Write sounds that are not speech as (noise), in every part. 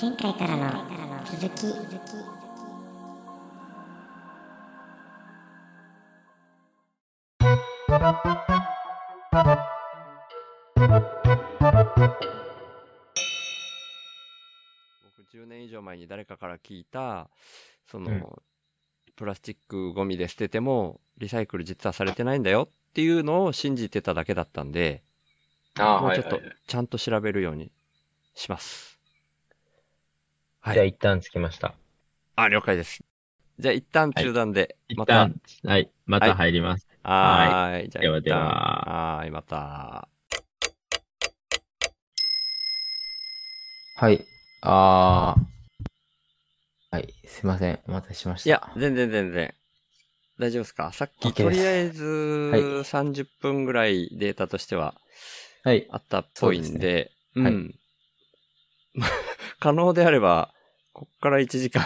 前回からの続き僕10年以上前に誰かから聞いたその、うんプラスチックゴミで捨ててもリサイクル実はされてないんだよっていうのを信じてただけだったんでああ、もうはいちょはっいとはい。ちゃんと調べるようにします。はいじゃあ一旦つきました。あ、了解です。じゃあ一旦中断で、一また。旦、はい、また入ります。はーい。じゃあ一旦ではでははーい、また。はい。あー。はい。すいません。お待たせしました。いや、全然全然。大丈夫ですかさっき、 OK ですとりあえず、はい30分ぐらいデータとしてははい。あったっぽいんそうで、うねん。可能であれば、こっから1時間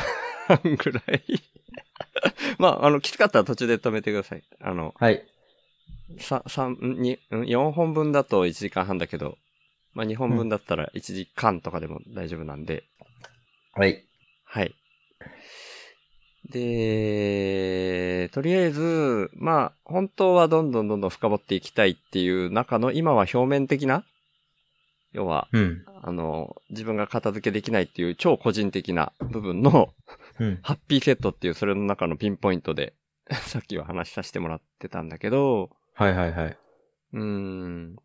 ぐらい。 (laughs) まあ、あの、きつかったら途中で止めてください。あの、はい。さ三にん4本分だと1時間半だけど、まあ2本分だったら1時間とかでも大丈夫なんで、はい。はい。で、とりあえず、まあ、本当はどんどんどんどん深掘っていきたいっていう中の、今は表面的な、要は、うん。あの、自分が片付けできないっていう超個人的な部分の、 (laughs) うん。ハッピーセットっていうそれの中のピンポイントで、 (laughs) さっきは話させてもらってたんだけど、はいはいはい。うーん。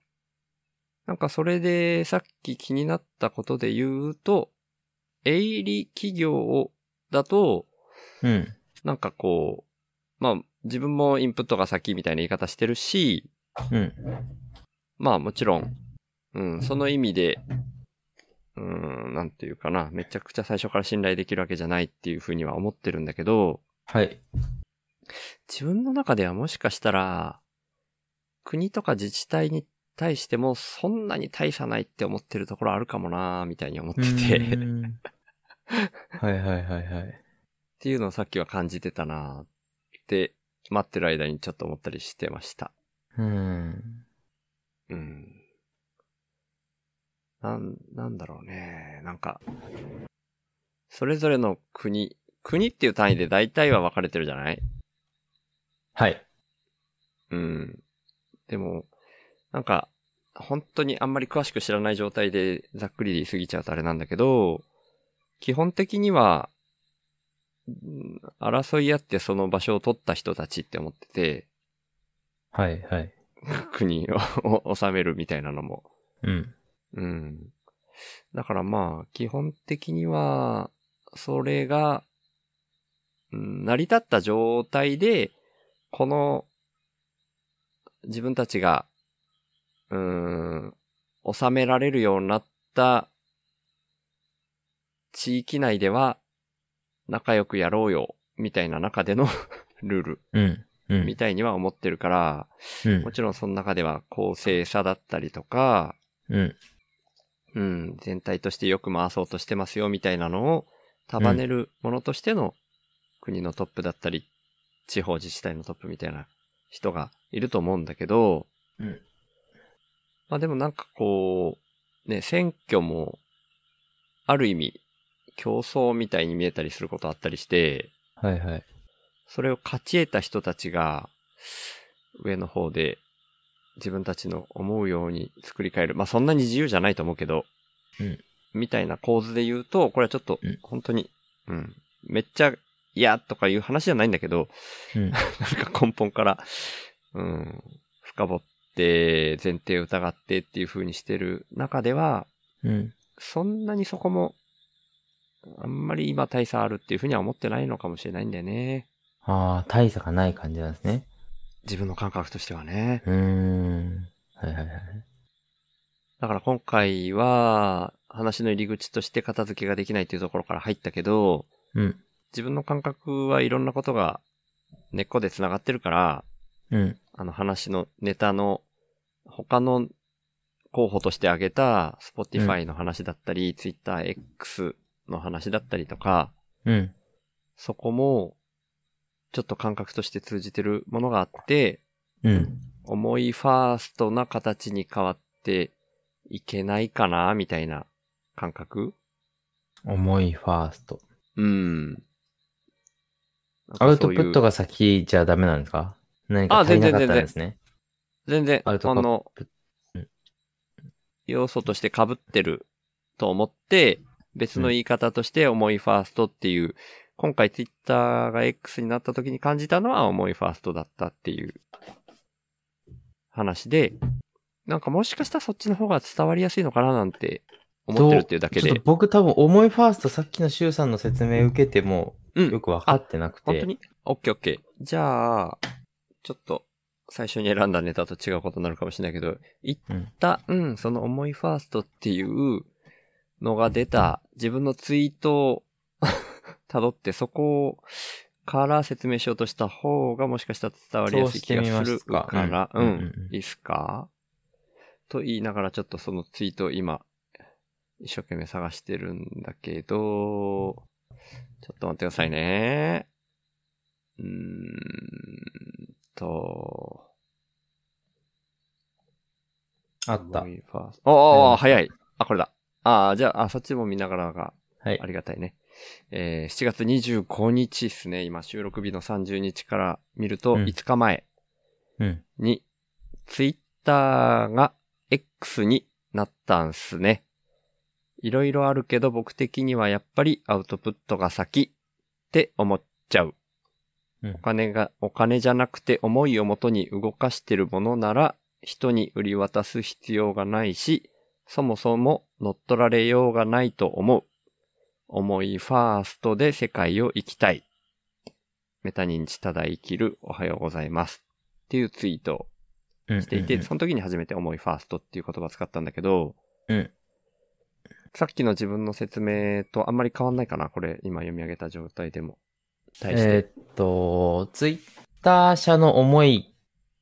なんかそれでさっき気になったことで言うと、営利企業だと、うん。なんかこう、まあ自分もインプットが先みたいな言い方してるし、うん。まあもちろん、うん、その意味で、うん、なんていうかな、めちゃくちゃ最初から信頼できるわけじゃないっていうふうには思ってるんだけど、はい。自分の中ではもしかしたら、国とか自治体に対してもそんなに大差ないって思ってるところあるかもなーみたいに思ってて、うっーん (laughs) はいはいはいはい。ていうのをさっきは感じてたなーって、待ってる間にちょっと思ったりしてました。うん。うん。なん、なんだろうね。なんか、それぞれの国、国っていう単位で大体は分かれてるじゃないはい。うん。でも、なんか、本当にあんまり詳しく知らない状態でざっくりで言い過ぎちゃうとあれなんだけど、基本的には、うん争い合ってその場所を取った人たちって思ってて、はいはい。国を (laughs) を治めるみたいなのも。うん。うん。だからまあ、基本的には、それが、うん成り立った状態で、この、自分たちが、うーん、収められるようになった地域内では、仲良くやろうよ、みたいな中での (laughs) ルール、うん。うん。みたいには思ってるから、うんも。ちろんその中では公正さだったりとか、うん。うん、全体としてよく回そうとしてますよみたいなのを束ねるものとしての国のトップだったり、地方自治体のトップみたいな人がいると思うんだけど、うんまあでもなんかこう、ね、選挙も、ある意味、競争みたいに見えたりすることあったりして、はいはい。それを勝ち得た人たちが、上の方で自分たちの思うように作り変える。まあ、そんなに自由じゃないと思うけど、うんみたいな構図で言うと、これはちょっとうん、本当に、うん、めっちゃ、いや、とかいう話じゃないんだけど、う (laughs) ん。なんか根本から、うん、深掘って、前提を疑ってっていう風にしてる中では、うん。そんなにそこも、あんまり今大差あるっていう風には思ってないのかもしれないんだよね。ああ、大差がない感じなんですね。自分の感覚としてはね。うーん。はいはいはい。だから今回は、話の入り口として片付けができないというところから入ったけど、うん。自分の感覚はいろんなことが根っこで繋がってるから、うん。あの話のネタの他の候補として挙げた Spotify の話だったり、TwitterX の話だったりとか、うん。そこもちょっと感覚として通じてるものがあって、うん。思いファーストな形に変わっていけないかな、みたいな感覚思いファースト。うん。アウトプットが。が先じゃダメなんですか何か足りなかったんですね。全然、アウトこプッのうん、要素として被ってると思って、別の言い方として思いファーストっていう、今回ツイッターが X になった時に感じたのは思いファーストだったっていう話で、なんかもしかしたらそっちの方が伝わりやすいのかななんて思ってるっていうだけちょっとで。僕多分思いファーストさっきの周さんの説明受けてもうんよく分かってなくて。本当にオッケーオッケー。じゃあ、ちょっと、最初に選んだネタと違うことになるかもしれないけど、一旦、うん、その思いファーストっていうのが出た自分のツイートを (laughs) 辿って、そこから説明しようとした方がもしかしたら伝わりやすい気がするから、そううしてみますかうんん、うんうんうんいいっすかと言いながらちょっとそのツイートを今、一生懸命探してるんだけど、ちょっと待ってくださいね。うーんと、あった思。いファーストおーおーおーうん早い。あ、これだ。ああ、じゃあ、あ、そっちも見ながらがはいあ。りがたいね。えー7月25日ですね。今、収録日の30日から見ると、うん5日前うん。に、ツイッターが X になったんすね。いろいろあるけど、僕的にはやっぱりアウトプットが先って思っちゃう。うんお金が、お金じゃなくて思いをもとに動かしてるものなら、人に売り渡す必要がないし、そもそも乗っ取られようがないと思う。思いファーストで世界を生きたい。メタ認知ただ生きるおはようございます。っていうツイートをしていて、うんその時に初めて思いファーストっていう言葉を使ったんだけど、うんさっきの自分の説明とあんまり変わんないかなこれ、今読み上げた状態でも。対して。えーっと、ツイッター社の思い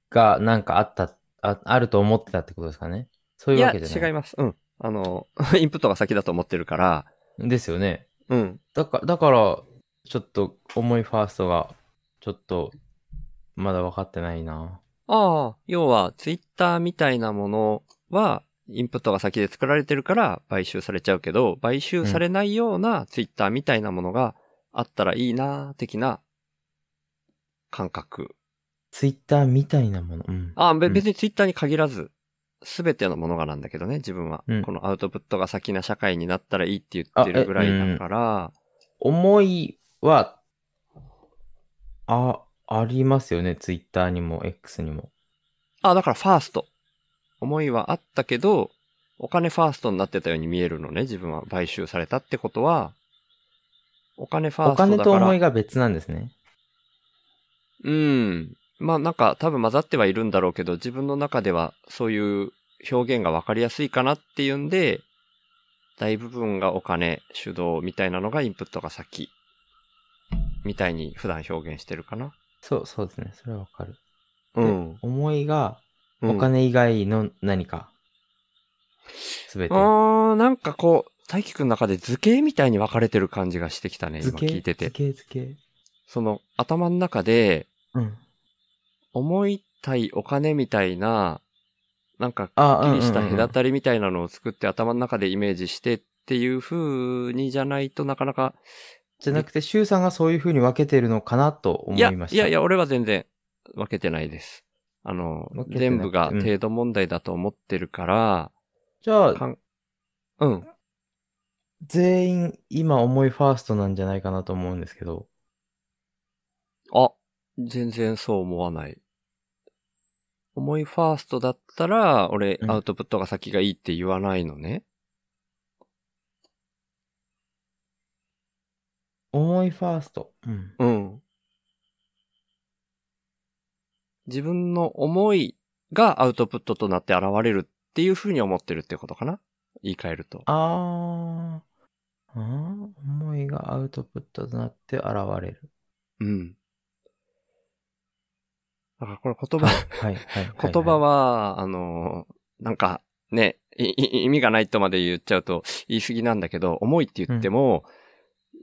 がなんかあった、ああると思ってたってことですかねそういいうわや、けじゃない。違います。うん。あの、 (laughs) インプットが先だと思ってるから、ですよね。うん。だから、だから、ちょっと思いファーストが、ちょっと、まだ分かってないな。ああ、要は、ツイッターみたいなものは、インプットが先で作られてるから、買収されちゃうけど、買収されないようなツイッターみたいなものがあったらいいな、的な感覚。ツイッターみたいなもの。うん。ああ、べうん別にツイッターに限らず、すべてのものがなんだけどね、自分は。うんこのアウトプットが先な社会になったらいいって言ってるぐらいだから、思いは、あ、ありますよね。ツイッターにも、X にも。あ、だからファースト。思いはあったけど、お金ファーストになってたように見えるのね。自分は買収されたってことは、お金ファーおスト金だとから。思いが別なんですね。うん。まあなんか多分混ざってはいるんだろうけど、自分の中ではそういう表現がわかりやすいかなっていうんで、大部分がお金主導みたいなのがインプットが先。みたいに普段表現してるかな。そう、そうですね。それはわかる。うん。思いが、うんお金以外の何か。すべて。あー、なんかこう、大輝くんの中で図形みたいに分かれてる感じがしてきたね、図今形聞いてて図。形図形。その、頭の中で、うん。思いたいお金みたいな、なんか、あくっきりしたうんうんうん隔たりみたいなのを作って頭の中でイメージしてっていう風にじゃないとなかなか、じゃなくて、シュウさんがそういう風に分けてるのかなと思いや、いいました。やいや、俺は全然分けてないです。あの分、けてなくて全部がうん程度問題だと思ってるから、じゃかあ、んうん。全員、今思いファーストなんじゃないかなと思うんですけど。あ、全然そう思わない。思いファーストだったら、俺、うんアウトプットが先がいいって言わないのね。思いファースト。うん。うん。自分の思いがアウトプットとなって現れるっていう風に思ってるってことかな言い換えると。あーあー、思いがアウトプットとなって現れ (laughs) る。うん。だからこれ言葉、 (laughs) はい、はい。い言葉、は、あのー、なんか、ね、いい意味がないとまで言っちゃうと言い過ぎなんだけど、思いって言っても、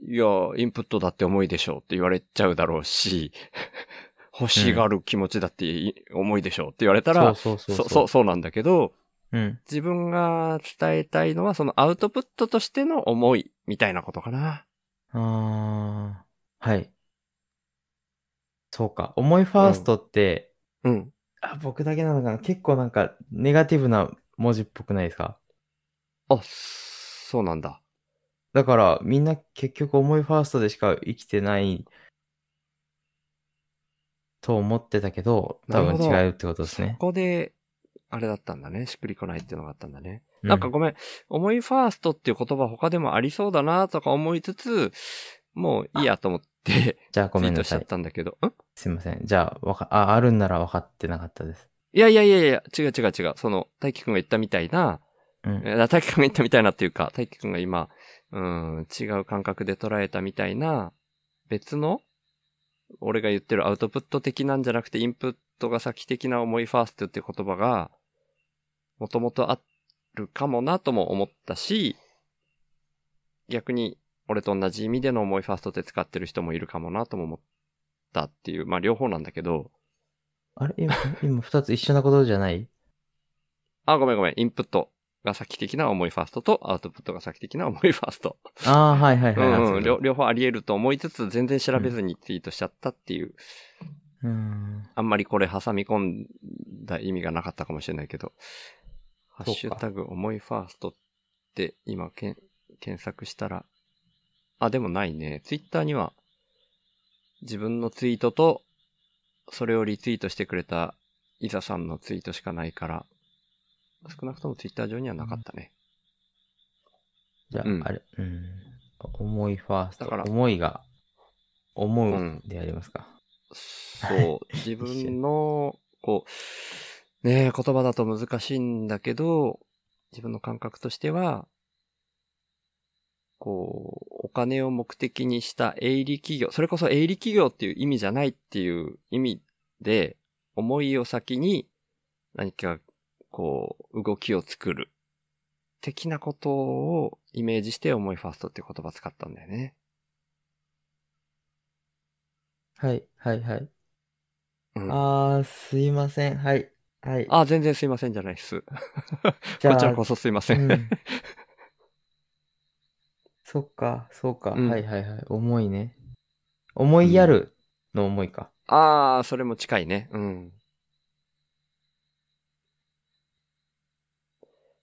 いや、インプットだって思いでしょうって言われちゃうだろうし、 (laughs) 欲しがる気持ちだってい思いでしょうって言われたら、そうそそう (laughs) そううそう、そうなんだけど、うん。自分が伝えたいのは、そのアウトプットとしての思い、みたいなことかな。あーはい。そうか。思いファーストって、うん。あ、僕だけなのかな結構なんか、ネガティブな文字っぽくないですかあ、そうなんだ。だから、みんな結局思いファーストでしか生きてないと思ってたけど、多なる分ほど違うってことですね。ここで、あれだったんだね。しっくりこないっていうのがあったんだね。うなんかごめん。思いファーストっていう言葉他でもありそうだなとか思いつつ、もういいやと思って、じゃあごツイめんートなしちゃさっい。たんだけど。んすいません。じゃあ、わか、あ、あるんなら分かってなかったです。いやいやいやいや、違う違う違う。その、大輝くんが言ったみたいな、うん。えー大輝くんが言ったみたいなっていうか、大輝くんが今、うん、違う感覚で捉えたみたいな、別の、俺が言ってるアウトプット的なんじゃなくて、インプットが先的な思いファーストっていう言葉が、もともとあるかもなとも思ったし、逆に、俺と同じ意味での思いファーストって使ってる人もいるかもなとも思ったっていう、まあ両方なんだけど、あれ今、今二つ一緒なことじゃない (laughs) あ、ごめんごめん、インプットが先的な思いファーストと、アウトプットが先的な思いファースト。ああ、はいはいはうい。ん、あうん、そう両だ両方あり得ると思いつつ、全然調べずにツイートしちゃったっていう、うん。あんまりこれ挟み込んだ意味がなかったかもしれないけど、ハうかッシュタグ思いファーストって今けん検索したら、あ、でもないね。ツイッターには自分のツイートと、それをリツイートしてくれたイザさんのツイートしかないから、少なくともツイッター上にはなかったね。じゃあ、うんあれ、うん。思いファースト。だから思いが、思うんうでありますか。そう、自分の、こう、ねえ、言葉だと難しいんだけど、自分の感覚としては、こう、お金を目的にした営利企業、それこそ営利企業っていう意味じゃないっていう意味で、思いを先に何か、こう、動きを作る。的なことをイメージして思いファーストっていう言葉使ったんだよね。はい、はい、はい。うんあー、すいません。はい、はい。あ、全然すいませんじゃないです。じゃあこちらこそすいません。うん。 (laughs) そっか、そうか。うんはい、はい、はい。思いね。思いやるの思いか。ああ、それも近いね。うん。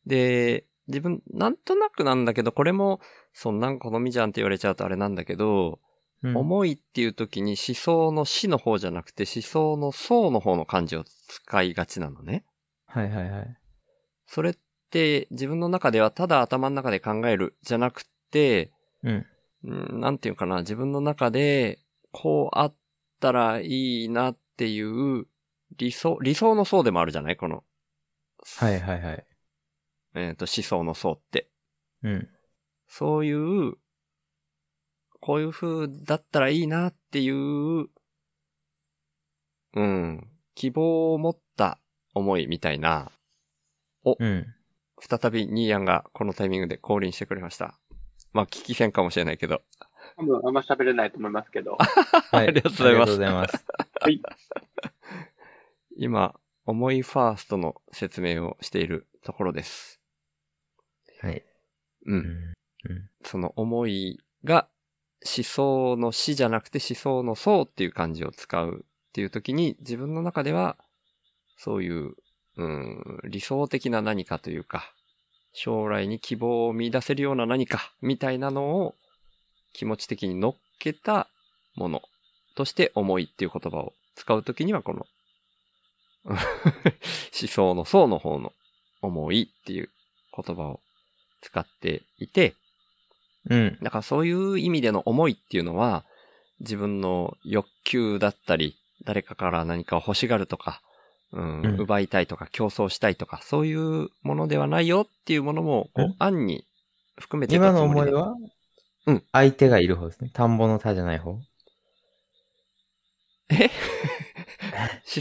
で、自分、なんとなくなんだけど、これも、そんなん好みじゃんって言われちゃうとあれなんだけど、うん思いっていう時に思想の死の方じゃなくて思想の層の方の漢字を使いがちなのね。はい、はい、はい。それって自分の中ではただ頭の中で考えるじゃなくて、うん。うんなんていうかな、自分の中で、こうあったらいいなっていう、理想、理想の層でもあるじゃないこの、はい、はい、はい。えっ、と、思想の層って。うん。そういう、こういう風だったらいいなっていう、うん、希望を持った思いみたいな、うん。再びニーヤンがこのタイミングで降臨してくれました。まあ、聞き戦かもしれないけど。多分あんま喋れないと思いますけど。はい、ありがとうございますありがとうございます。今、思いファーストの説明をしているところです。はい。う。うんんその思いが思想の死じゃなくて思想の層っていう漢字を使うっていう時に自分の中ではそういう、うん、理想的な何かというか将来に希望を見出せるような何かみたいなのを気持ち的に乗っけたものとして思いっていう言葉を使うときにはこの (laughs) 思想の層の方の思いっていう言葉を使っていて、うん。だからそういう意味での思いっていうのは、自分の欲求だったり、誰かから何かを欲しがるとか、うん、うん奪いたいとか競争したいとか、そういうものではないよっていうものも、こうえ、案に含めてた今のつも思りいだは、うん相手がいる方ですね。田んぼの田じゃない方。思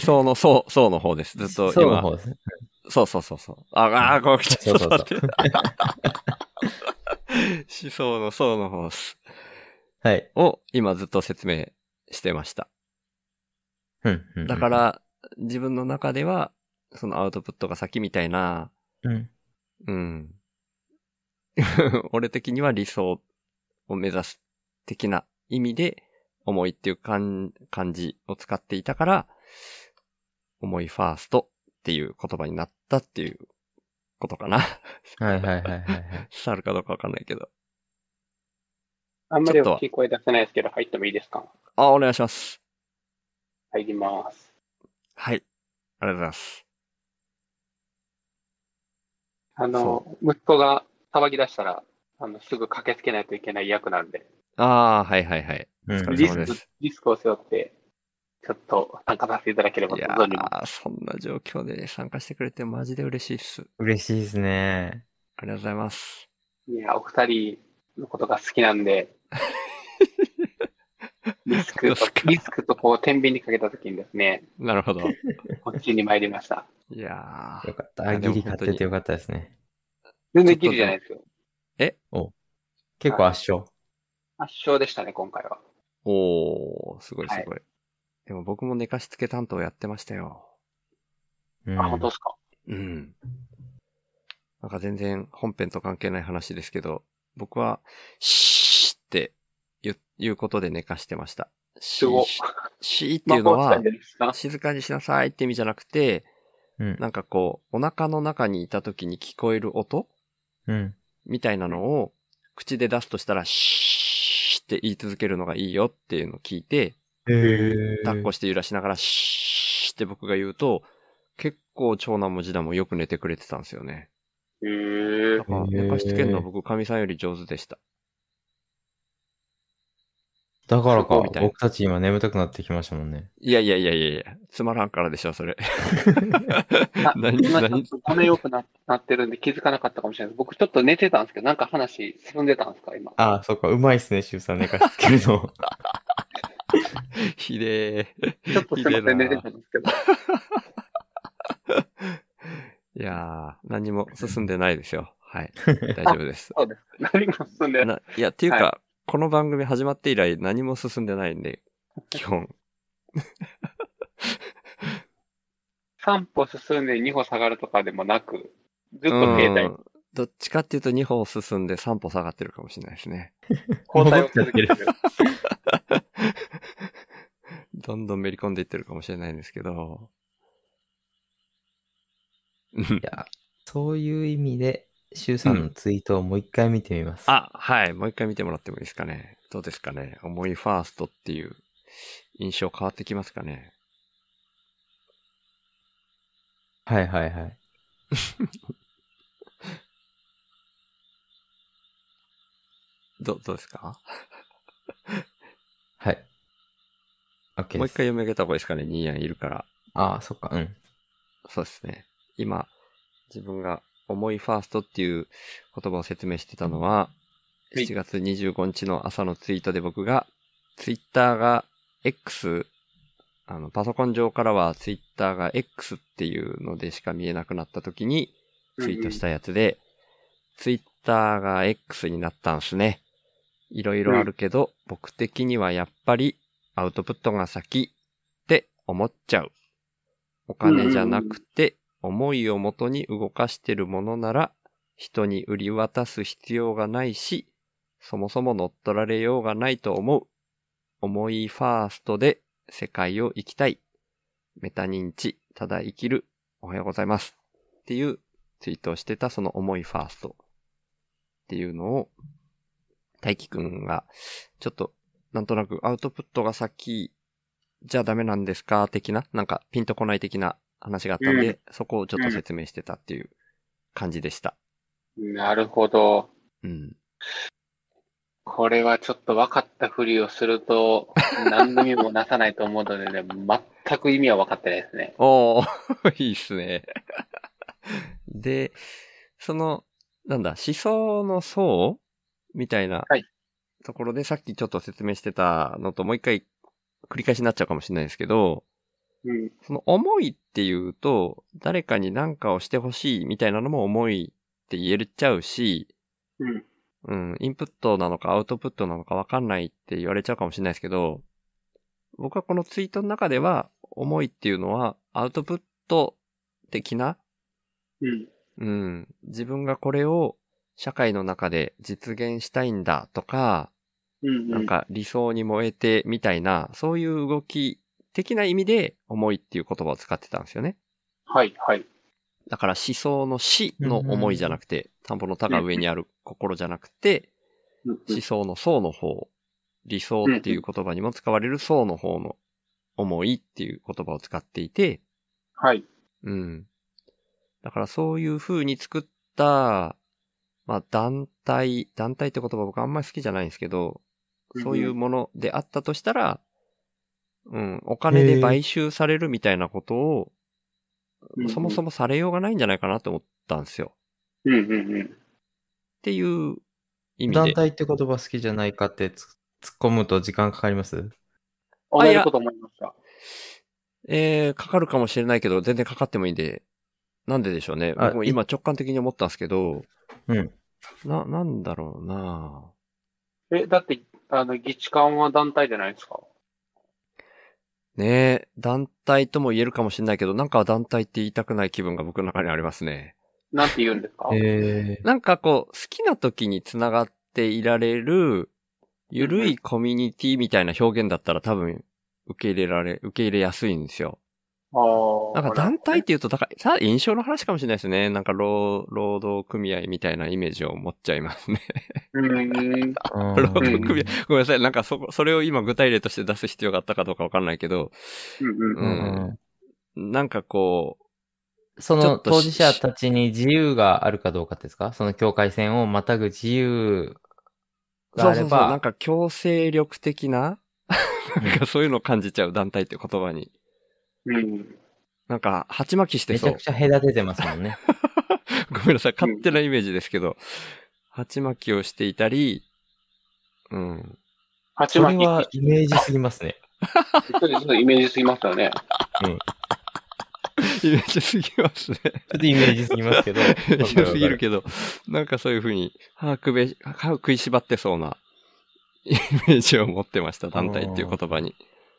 想の層、層の方です。ずっとそうの今。方ですね。そうそうそうそう。あ、あー、ごめん、ちょっと待って。そう思想の層の方です。はい。を今ずっと説明してました。うんうんうんだか、ら、自分の中では、そのアウトプットが先みたいな、うん。うん。 (laughs) 俺的には理想を目指す的な意味で、思いっていう漢漢字を使っていたから、思いファーストっていう言葉になったっていうことかな。 (laughs) はいはいはいはいはい。伝わるかどうかわかんないけど。あんまりちょっと大きい声出せないですけど、入ってもいいですかあ、お願いします。入ります。はい。ありがとうございます。あの、息子が騒ぎ出したら、あの、すぐ駆けつけないといけない役なんで、ああ、はいはいはい。うお疲んれリ様スでクす。、リスクを背負って、ちょっと参加させていただければいとや存じます。ー、そんな状況で参加してくれてマジで嬉しいっす。嬉しいですね。ありがとうございます。いや、お二人のことが好きな (laughs) んで、リスクどうでとす、かリスクとこう、天秤にかけたときにですね、なるほど。 (laughs) いこっちに参りました。やよー、かあった。でもギリ買っててよかったですね。全然ギリじゃないですよ。結構圧勝。圧勝でしたね、今回は。おー、すごいすはいごい。でも僕も寝かしつけ担当やってましたよ。うんあ、本当ですか。うん。なんか全然本編と関係ない話ですけど、僕は、シーって言う言うことで寝かしてました。シすごーっシーっていうの魔法使は、じゃないですか静かにしなさいって意味じゃなくて、うんなんかこう、お腹の中にいた時に聞こえる音うん。みたいなのを口で出すとしたら、シーって言い続けるのがいいよっていうのを聞いて、抱っこして揺らしながら、シーって僕が言うと、結構長男も次男もよく寝てくれてたんですよね。へーだからへー寝かしつけるの僕、神さんより上手でした。だからそかうみたい、な僕たち今眠たくなってきましたもんね。いやいやいやいやいや、つまらんからでしょ、それ。あ (laughs) 何今ちょっ何と画面良くななってるんで気づかなかったかもしれないです。僕ちょっと寝てたんですけど、なんか話進んでたんですか、今。ああ、そっか、うまいっすね、シュウさん寝かしつけるの。ひでえ。ちょっとすいません、寝てたんですけど。いやー、何も進んでないですよ。はい。大丈夫です。そうです。何も進んでない。ないや、っていうか、この番組始まって以来何も進んでないんで、基本。 3歩進んで2歩下がるとかでもなく、ずっと携う帯、んどっちかっていうと2歩進んで3歩下がってるかもしれないですね。交代を続けてる。どんどんめり込んでいってるかもしれないんですけど。うんいや、 (laughs) そういう意味で、シュウさんのツイートをもう一回見てみま (laughs) す。あ、はい。もう一回見てもらってもいいですかね。どうですかね。思いファーストっていう印象変わってきますかね。はいはいはい。ど、どうですかはい。OK もうで一す。回読み上げた方がいいですかね。ニーヤンいるから。ああ、そっか、うん。そうですね。今、自分が思いファーストっていう言葉を説明してたのは、はい7月25日の朝のツイートで僕が、ツイッターが X、あの、パソコン上からはツイッターが X っていうのでしか見えなくなった時にツイートしたやつで、ツイッターが X になったんすね。いろいろあるけど、僕的にはやっぱりアウトプットが先って思っちゃう。お金じゃなくて、思いをもとに動かしてるものなら、人に売り渡す必要がないし、そもそも乗っ取られようがないと思う。思いファーストで世界を生きたい。メタ認知、ただ生きる。おはようございます。っていうツイートをしてたその思いファーストっていうのを、大輝くんが、ちょっと、なんとなくアウトプットが先じゃダメなんですか的な、なんかピンとこない的な話があったんで、うそこをちょっと説明してたっていう感じでした。なるほど。うん。これはちょっと分かったふりをすると、何の意味もなさないと思うのでね、全く意味は分かってないですね。おー、 (laughs) いいっすね。で、その、なんだ、思想の層みたいなはいところで、さっきちょっと説明してたのと、もう一回繰り返しになっちゃうかもしれないですけど、うん。その思いっていうと、誰かに何かをしてほしいみたいなのも思いって言えちゃうし、うん。うん、インプットなのかアウトプットなのかわかんないって言われちゃうかもしれないですけど、僕はこのツイートの中では、思いっていうのはアウトプット的な、うん。うん、自分がこれを社会の中で実現したいんだとか、うんなんか理想に燃えてみたいな、そういう動き的な意味で思いっていう言葉を使ってたんですよね。はい、はい。だから思想の死の思いじゃなくて、田んぼの田が上にある心じゃなくて、うんうん思想の層の方、理想っていう言葉にも使われる層の方の思いっていう言葉を使っていて、はい。うん。だからそういう風に作った、まあ団体、団体って言葉僕あんまり好きじゃないんですけど、そういうものであったとしたら、うん、お金で買収されるみたいなことを、そもそも。もされようがないんじゃないかなと思ったんですよ。っうんうんうん。ていう意味で。団体って言葉好きじゃないかってつ突っ込むと時間かかります同あいやじこと思いました。えー、かかるかもしれないけど、全然かかってもいいんで、なんででしょうね。あ僕も今直感的に思ったんですけど、うん。な、なんだろうなえ、だって、あの、議事官は団体じゃないですか。ねえ、団体とも言えるかもしれないけど、なんか団体って言いたくない気分が僕の中にありますね。なんて言うんですかえなんかこう、好きな時につながっていられる、ゆるいコミュニティみたいな表現だったら多分、受け入れられ、受け入れやすいんですよ。あーなんか団体って言うと、だから、さ、印象の話かもしれないですね。なんか労、労働組合みたいなイメージを持っちゃいますね。うーん。ー。労う働ん組合、ごめんなさい。なんかそこ、それを今具体例として出す必要があったかどうかわかんないけど、うんうん。うんうんなんかこう、そちょのっと当事者たちに自由があるかどうかですかその境界線をまたぐ自由がそうあそれうそう、なばん、か強制力的な、 (laughs) なんかそういうのを感じちゃう団体って言葉に。うん。なんか、鉢巻きしてめちそゃうく。ちゃ隔ててますも (laughs) んね。ごめんなさい、勝手なイメージですけど、鉢巻きをしていたり、 (laughs) うん。鉢それ巻き。はイメージすぎま (laughs) すね。ちょっとちょっとイメージすぎますよね。イメージすぎますね。ちょっとイメージすぎますけ (laughs) ど。ひどすぎるけど、なんかそういうふうに歯くべ、歯を食いしばってそうなイメージを持ってました、団体っていう言葉に。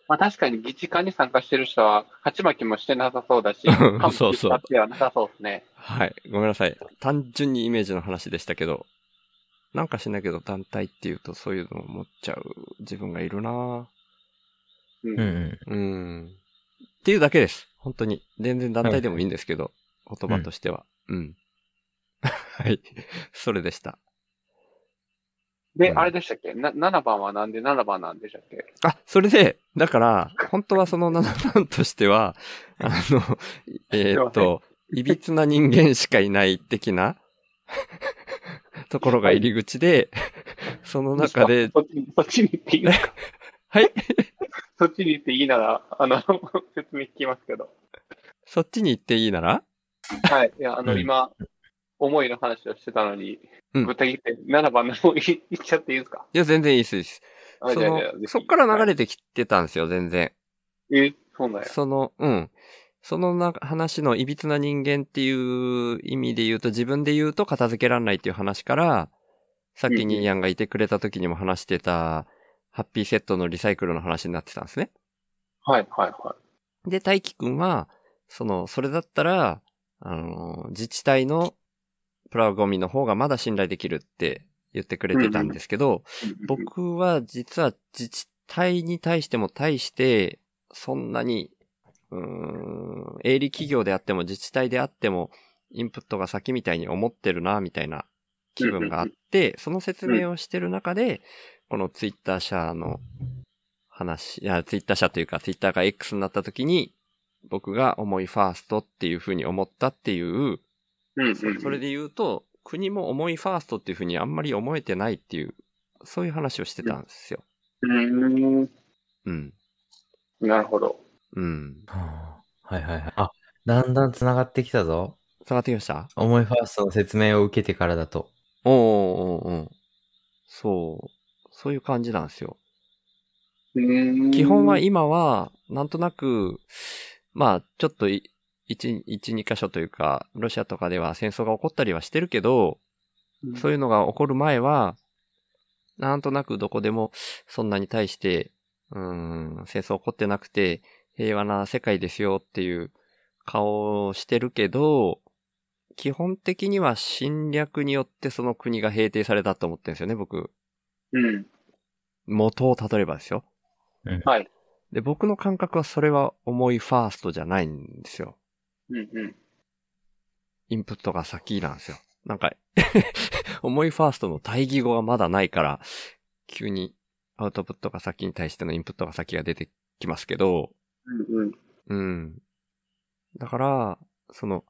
まあ確かに議事官に参加してる人は、鉢巻きもしてなさそうだし、うん幹部そうそう引っ張ってはなさそうですね。はい。ごめんなさい。単純にイメージの話でしたけど、なんかしないけど団体っていうとそういうのを持っちゃう自分がいるなぁうんうんうん。うん。っていうだけです。本当に。全然団体でもいいんですけど、言葉としては。うん。はい。 (laughs) それでした。で、うんあれでしたっけな ?7 番はなんで7番なんでしたっけあ、それで、だから、本当はその7番としては、あ (laughs) の、えーっと、いびつな人間しかいない的な (laughs) ところが入り口で、 (laughs) その中で、そっちにそっちに行っていいですかはい。 (laughs) そっちに行っていいなら、あの、 (laughs) 説明聞きますけど。そっちに行っていいならはい。いや、あの、うん今、思いの話をしてたのに、うんぶった切って7番の方い行っちゃっていいですかいや、全然いいですいいです。あそじゃあじゃあのぜひそっから流はれてきてたんですよ、全然。いえ、そうなんや。その、うん。そのな話のいびつな人間っていう意味で言うと、自分で言うと片付けらんないっていう話から、さっきニーヤンがいてくれた時にも話してた、ハッピーセットのリサイクルの話になってたんですね。はい、はい、はで、大輝くんは、その、それだったら、あの、自治体のプラゴミの方がまだ信頼できるって言ってくれてたんですけど、 (laughs) い。僕は実は自治体に対しても対して、そんなに、うーん、営利企業であっても自治体であっても、インプットが先みたいに思ってるな、みたいな気分があって、その説明をしてる中で、このツイッター社の話、いや、ツイッター社というか、ツイッターが X になった時に、僕が思いファーストっていうふうに思ったっていう、うん、うん、そそれで言うと、国も思いファーストっていうふうにあんまり思えてないっていう、そういう話をしてたんですよ。うん。ううん。ーん、なるほど。うん。はあはいはいはい。あ、だんだん繋がってきたぞ。下がってきました思いファーストの説明を受けてからだと。おーおーおーおーそう。そういう感じなんですよ。うーん基本は今は、なんとなく、まあ、ちょっとい、一、一、二箇所というか、ロシアとかでは戦争が起こったりはしてるけど、そういうのが起こる前は、なんとなくどこでもそんなに対して、うーん、戦争起こってなくて平和な世界ですよっていう顔をしてるけど、基本的には侵略によってその国が平定されたと思ってるんですよね、僕。うん。元をたどればですよ。はい。で、僕の感覚はそれは重いファーストじゃないんですよ。うんうん。インプットが先なんですよ。なんか、 (laughs) 重いファーストの対義語がまだないから、急にアウトプットが先に対してのインプットが先が出てきますけど、うんうん。うん。だから、その、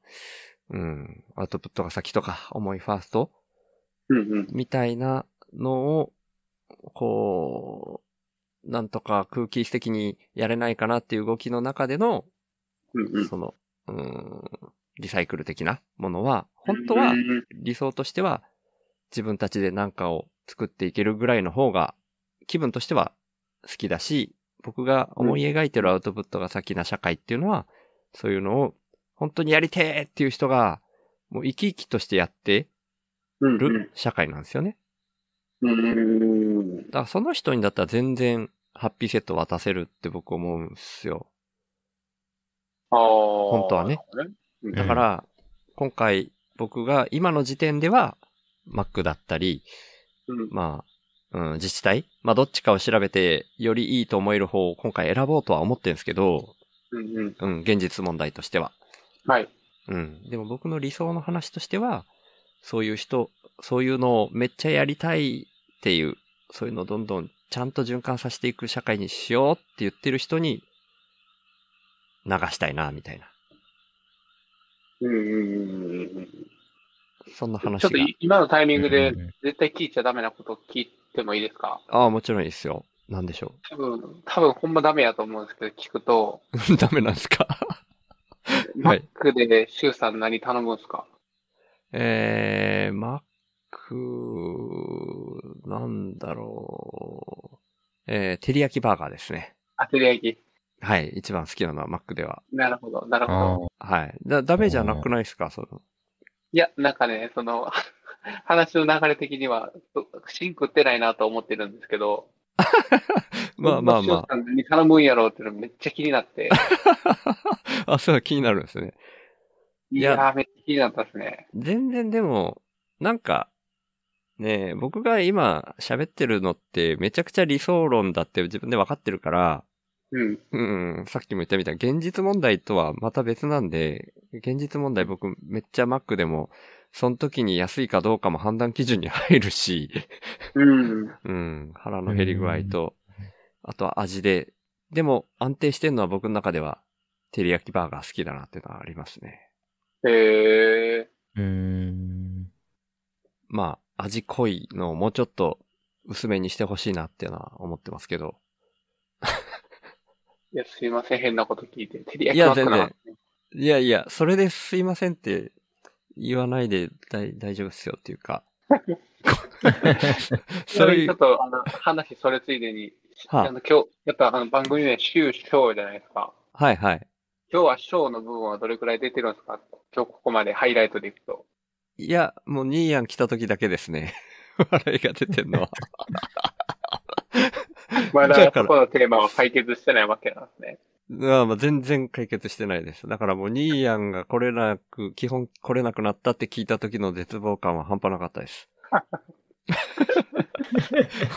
うん、アウトプットが先とか、重いファーストうんうん。みたいなのを、こう、なんとか空気的にやれないかなっていう動きの中での、うんうん。その、うん、リサイクル的なものは、本当はうんうん理想としては自分たちで何かを作っていけるぐらいの方が気分としては好きだし、僕が思い描いてるアウトプットが先な社会っていうのは、そういうのを本当にやりてーっていう人が、もう生き生きとしてやってうんうんる社会なんですよね。うん。だからその人にだったら全然ハッピーセット渡せるって僕思うんですよ。ああ。本本当はね。うんだから、今回僕が今の時点では Mac だったり、うんまあ、うん、自治体まあ、どっちかを調べて、よりいいと思える方を今回選ぼうとは思ってるんですけど、うんうん。うん、現実問題としては。はい。うん。でも僕の理想の話としては、そういう人、そういうのをめっちゃやりたいっていう、そういうのをどんどんちゃんと循環させていく社会にしようって言ってる人に、流したいな、みたいな。うんうんうんうんうん。そんな話ちょがっと。い今のタイミングでうん絶対聞いちゃダメなこと聞いてもいいですかああ、もちろんいいですよ。なんでしょ多分、多分ほんまダメやと思うんですけど、聞くと、う。 (laughs) ダメなんですかマはいックでシュウさん何頼むんですかえー、Mac、なんだろう。えー、照り焼きバーガーですね。あ、照り焼き。はい。一番好きなのは Mac では。なるほど、なるほあど。ーはい。だ、ダメじゃなくないですかその。いや、なんかね、その、 (laughs) 話の流れ的には、そシンクってないなと思ってるんですけど、まあまあシュウまさん何頼むんやろうっていうのめっちゃ気になって、あ。あ、そう、気になるんですね。いややー、めっちゃ気になったですね。全然でも、なんか、ねえ、僕が今喋ってるのってめちゃくちゃ理想論だって自分で分かってるから、うん。うん、さっきも言ったみたいに、現実問題とはまた別なんで、現実問題僕めっちゃ Mac でも、その時に安いかどうかも判断基準に入るし、 (laughs) うん。うん、腹の減り具合と、あとは味で、でも安定してるのは僕の中では、照り焼きバーガー好きだなっていうのはありますね。へえ。うーん。まあ、味濃いのをもうちょっと薄めにしてほしいなっていうのは思ってますけど。いや、すいません、変なこと聞いて。照り焼いきやマックな全然いやいや、それですいませんって言わないで大大丈夫っすよっていうか。そういちょっう、と、あの、話それついでに、はああの、今日、やっぱあの番組名、週、章じゃないですか。はいはい。今日は章の部分はどれくらい出てるんですか今日ここまでハイライトでいくと。いや、もうニーヤン来た時だけですね。 (laughs) 笑いが出てんのは。だまだからここのテーマは解決してないわけなんですね。まあまあ全然解決してないです。だからもうニーヤンが来れなく、基本来れなくなったって聞いた時の絶望感は半端なかったです。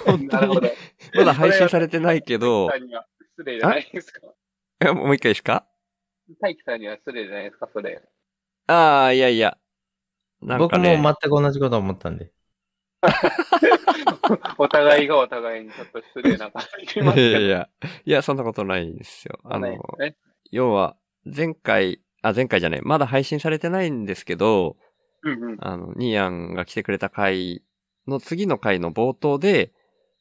本な当るにほど。まだ配信されてないけど大、輝さんには失礼じゃないですか。え (laughs) もう一回ですか大輝さんには失礼じゃないですか、それ。ああ、いやいや。なん僕かもね、全く同じこと思ったんで。お互いがお互いにちょっと失礼な感じしますい (laughs) やいやいけや、いや、そんなことないんですよ。ど。あの、ねね要は、前回、あ、前回じゃない、まだ配信されてないんですけど、うんうん。あの、ニーヤンが来てくれた回の次の回の冒頭で、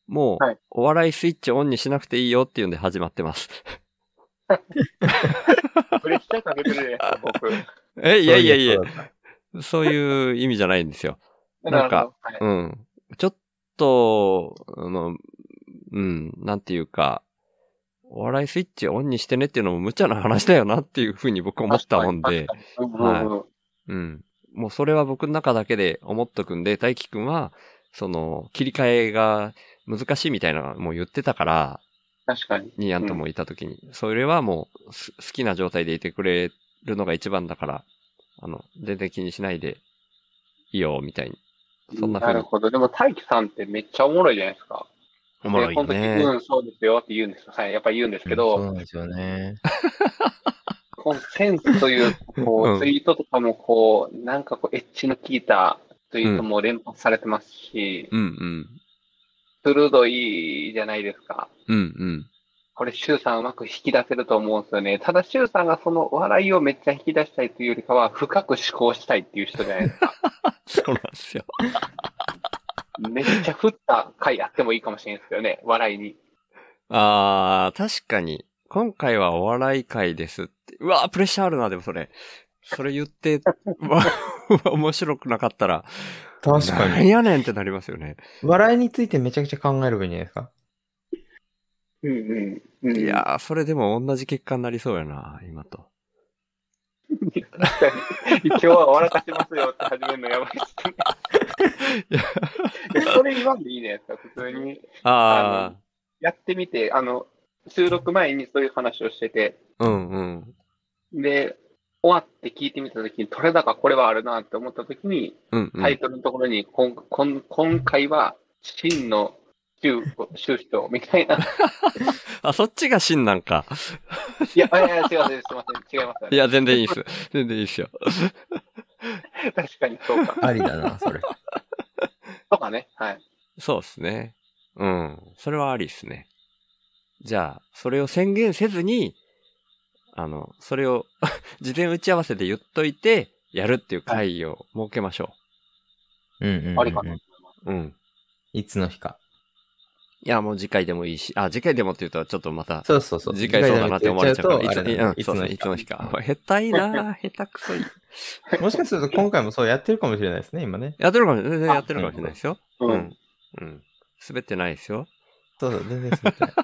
もはうい、お笑いスイッチオンにしなくていいよっていうんで始まってます。 (laughs) プレッシャーかけてるじゃないですか、僕。え、いやいやいやそう、うことだっそういう意味じゃないんですよ。なんなるかほどはいうん。ちょっと、あの、うん、なんていうか、お笑いスイッチオンにしてねっていうのも無茶な話だよなっていうふうに僕思ったもんで、確かに。うんうんうんうん。もうそれは僕の中だけで思っとくんで、大輝くんは、その、切り替えが難しいみたいなのもう言ってたから、確かに。ニーヤンともいたときに、それはもうす好きな状態でいてくれるのが一番だから、あの、全然気にしないで、いいよ、みたいに。そんなな風るにほど。でも、大輝さんってめっちゃおもろいじゃないですか。おもろいよでねこ。の時、うん、そうですよって言うんですよ。はい、やっぱり言うんですけど、そうなんですよね。このセンスという、こうんう、ツイートとかも、こう、なんかこう、エッジの効いたツイートも連発されてますし、うんうん。鋭いじゃないですか。うんうん。これ、シュウさんうまく引き出せると思うんですよね。ただ、シュウさんがその笑いをめっちゃ引き出したいというよりかは、深く思考したいっていう人じゃないで (laughs) すか。そうなんですよ。めっちゃ振った回あってもいいかもしれないですけどね、笑いに。あー、確かに。今回はお笑い会ですって。うわー、プレッシャーあるな、でもそれ。それ言って、うわ (laughs) 面白くなかったら、確か何に。やねんってなりますよね。笑いについてめちゃくちゃ考えればいいんじゃないですか。うんうん。うん、いやー、それでも同じ結果になりそうやな、今と。確かに、 (laughs) 今日は笑かしますよって始めるのやばいっすね。いやそれ言わんでいいねですか、普通に。あやってみて、あの、収録前にそういう話をしてて、ー、うんうん。で、終わって聞いてみたときに、取れ高これはあるなって思ったときに、うん、うん。タイトルのところに、こんこん今回は、真の宗宗人みた (laughs) いな。あ、そっちが真なんか。いや、いやいや、すいません、すいません、違います、いや、全然いいっ (laughs) す。全然いいっすよ。確かにそうか。ありだ (laughs) な、それ。とかね、はい。そうっすね。うん。それはありっすね。じゃあ、それを宣言せずに、あの、それを、 (laughs) 事前打ち合わせで言っといて、やるっていう会を設けましょうんうんうんありかうな。ん。う。うん。いつの日か。いや、もう次回でもいいし、あ、次回でもって言ったらちょっとまた、そうそうそう。次回そうだなって思われちゃうから、次いつ回だなって言っちゃうとあいれだつうんそうそういつの日うかん。下手い (laughs) なぁ下手くそい。もしかすると今回もそうやってるかもしれないですね、今ね。やってるかもしれない、全然やってるかもしれないですよ。うんう。ん。うん。滑ってないですよ。そうそう、全然そうじゃない。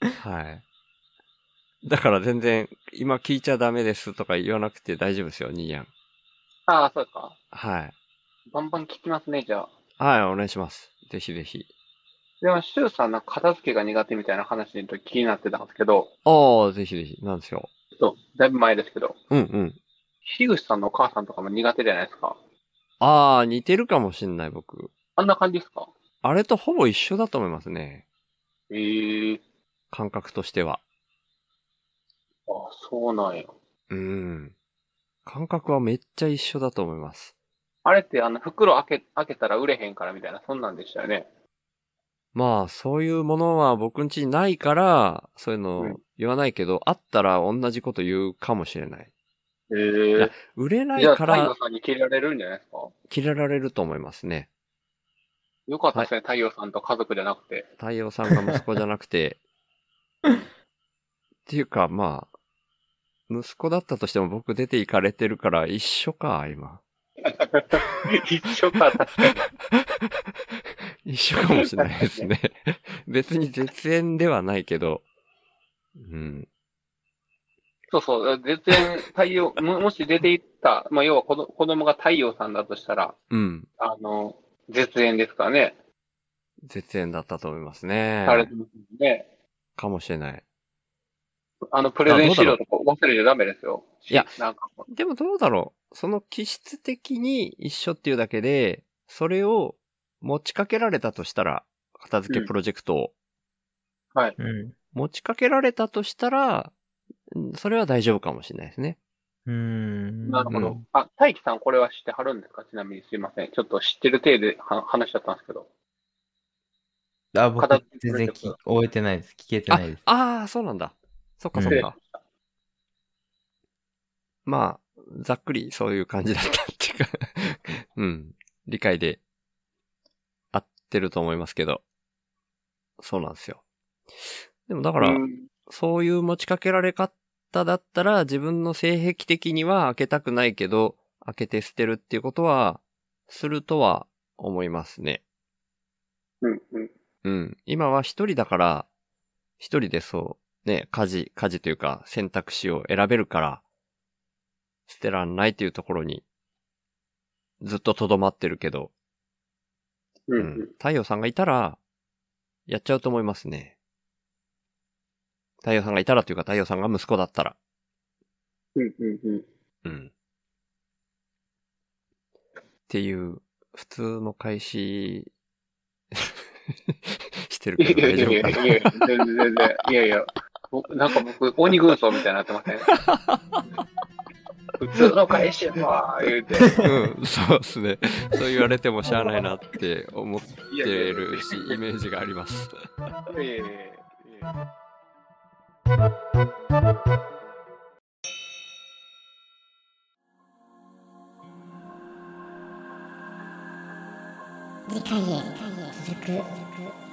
はい。だから全然、今聞いちゃダメですとか言わなくて大丈夫ですよ、ニーヤン。ああ、そうか。はい。バンバン聞きますね、じゃあ。はい、お願いします。ぜひぜひ。でも、シュウさんの片付けが苦手みたいな話の時気になってたんですけど、ああ、ぜひぜひ。なんですよ。ちょっと、だいぶ前ですけど、うんうん。樋口さんのお母さんとかも苦手じゃないですか。ああ、似てるかもしんない、僕。あんな感じですかあれとほぼ一緒だと思いますね。ええ感覚としては。あ、そうなんや。うん。感覚はめっちゃ一緒だと思います。あれって、あの、袋開け、開けたら売れへんからみたいな、そんなんでしたよね。まあ、そういうものは僕ん家にないから、そういううのん言わないけど、あったら同じこと言うかもしれない。ええいや売れなじゃあ、いか太ら陽さんに切れられるんじゃないですか切れられると思いますね。よかったですね、太陽さんと家族じゃなくて。 (laughs) 太陽さんが息子じゃなくて、っていうか、まあ、息子だったとしても僕出て行かれてるから一緒か、今。一緒か、確かに。一緒かもしれないですね。別に絶縁ではないけど、うん。そうそう、絶縁、太陽、ももし出ていった、まあ、要は子ど子供が太陽さんだとしたら、うん。あの、絶縁ですからね。絶縁だったと思いますねさ。れてますんで、かもしれない。あの、プレゼン資料とか忘れちゃダメですよ。いや、なんかこう、でもどうだろう。その気質的に一緒っていうだけで、それを持ちかけられたとしたら、片付けプロジェクトを、うん。持ちかけられたとしたら、うんそれは大丈夫かもしれないですね。うーん。なるほうどん。あ、大輝さんこれは知ってはるんですかちなみにすいません。ちょっと知ってる体では話しちゃったんですけど。あ、僕片付け全然プロジェ聞ク終えてないです。聞けてあないです。あー、そうなんだ。そっかそっでか。まあ、ざっくりそういう感じだったっていうか、 (laughs) うん。理解で合ってると思いますけど。そうなんですよ。でもだから、うんそういう持ちかけられ方だったら、自分の性癖的には開けたくないけど、開けて捨てるっていうことは、するとは思いますね。うん、うん。うん。今は一人だから、一人でそう、ね、家事、家事というか選択肢を選べるから、捨てらんないっていうところに、ずっと留まってるけど、う、うんうん。。太陽さんがいたら、やっちゃうと思いますね。太陽さんがいたらというか、太陽さんが息子だったら。うん、うん、うん。うん。っていう、普通の開始 (laughs) してるいやけどいや大い丈やい夫かなやいやいや、全然全然。いやいや。おなんか僕、鬼軍曹みたいになって (laughs) ません普通の返しやわー、言うて。うん、そうですね。そう言われてもしゃあないなって思っていやいやいやるし、イメージがあります。いやいやいやいや。次回へ続く。